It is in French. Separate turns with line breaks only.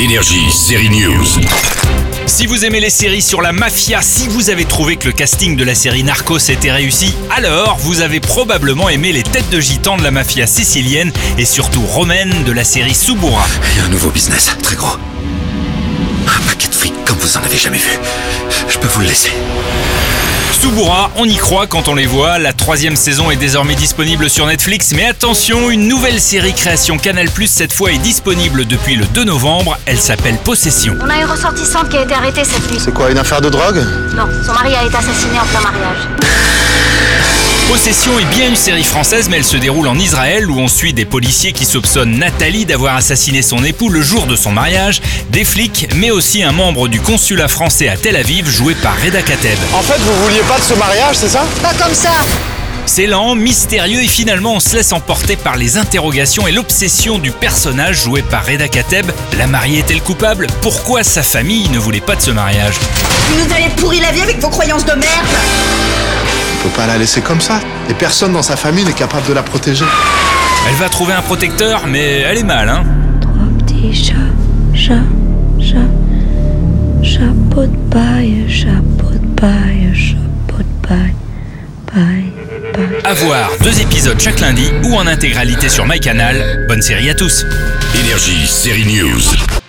Énergie, série News.
Si vous aimez les séries sur la mafia, si vous avez trouvé que le casting de la série Narcos était réussi, alors vous avez probablement aimé les têtes de gitans de la mafia sicilienne et surtout romaine de la série Subura.
Il y a un nouveau business, très gros. Un paquet de fric comme vous en avez jamais vu. Je peux vous le laisser.
Subura, on y croit quand on les voit. La troisième saison est désormais disponible sur Netflix, mais attention, une nouvelle série création Canal Plus cette fois est disponible depuis le 2 novembre. Elle s'appelle Possession.
On a une ressortissante qui a été arrêtée cette nuit.
C'est quoi, une affaire de drogue
Non, son mari a été assassiné en plein mariage.
Possession est bien une série française, mais elle se déroule en Israël où on suit des policiers qui soupçonnent Nathalie d'avoir assassiné son époux le jour de son mariage, des flics, mais aussi un membre du consulat français à Tel Aviv joué par Reda Kateb.
En fait, vous vouliez pas de ce mariage, c'est ça
Pas comme ça
C'est lent, mystérieux et finalement on se laisse emporter par les interrogations et l'obsession du personnage joué par Reda Kateb. La mariée est-elle coupable Pourquoi sa famille ne voulait pas de ce mariage
Vous nous avez pourri la vie avec vos croyances de merde
On peut pas la laisser comme ça. Et personne dans sa famille n'est capable de la protéger.
Elle va trouver un protecteur, mais elle est mal, hein
Petit chat, chat, chat, chapeau de paille, chapeau de paille, chapeau de paille, paille, paille.
À voir, deux épisodes chaque lundi ou en intégralité sur MyCanal. Bonne série à tous
Énergie, série News.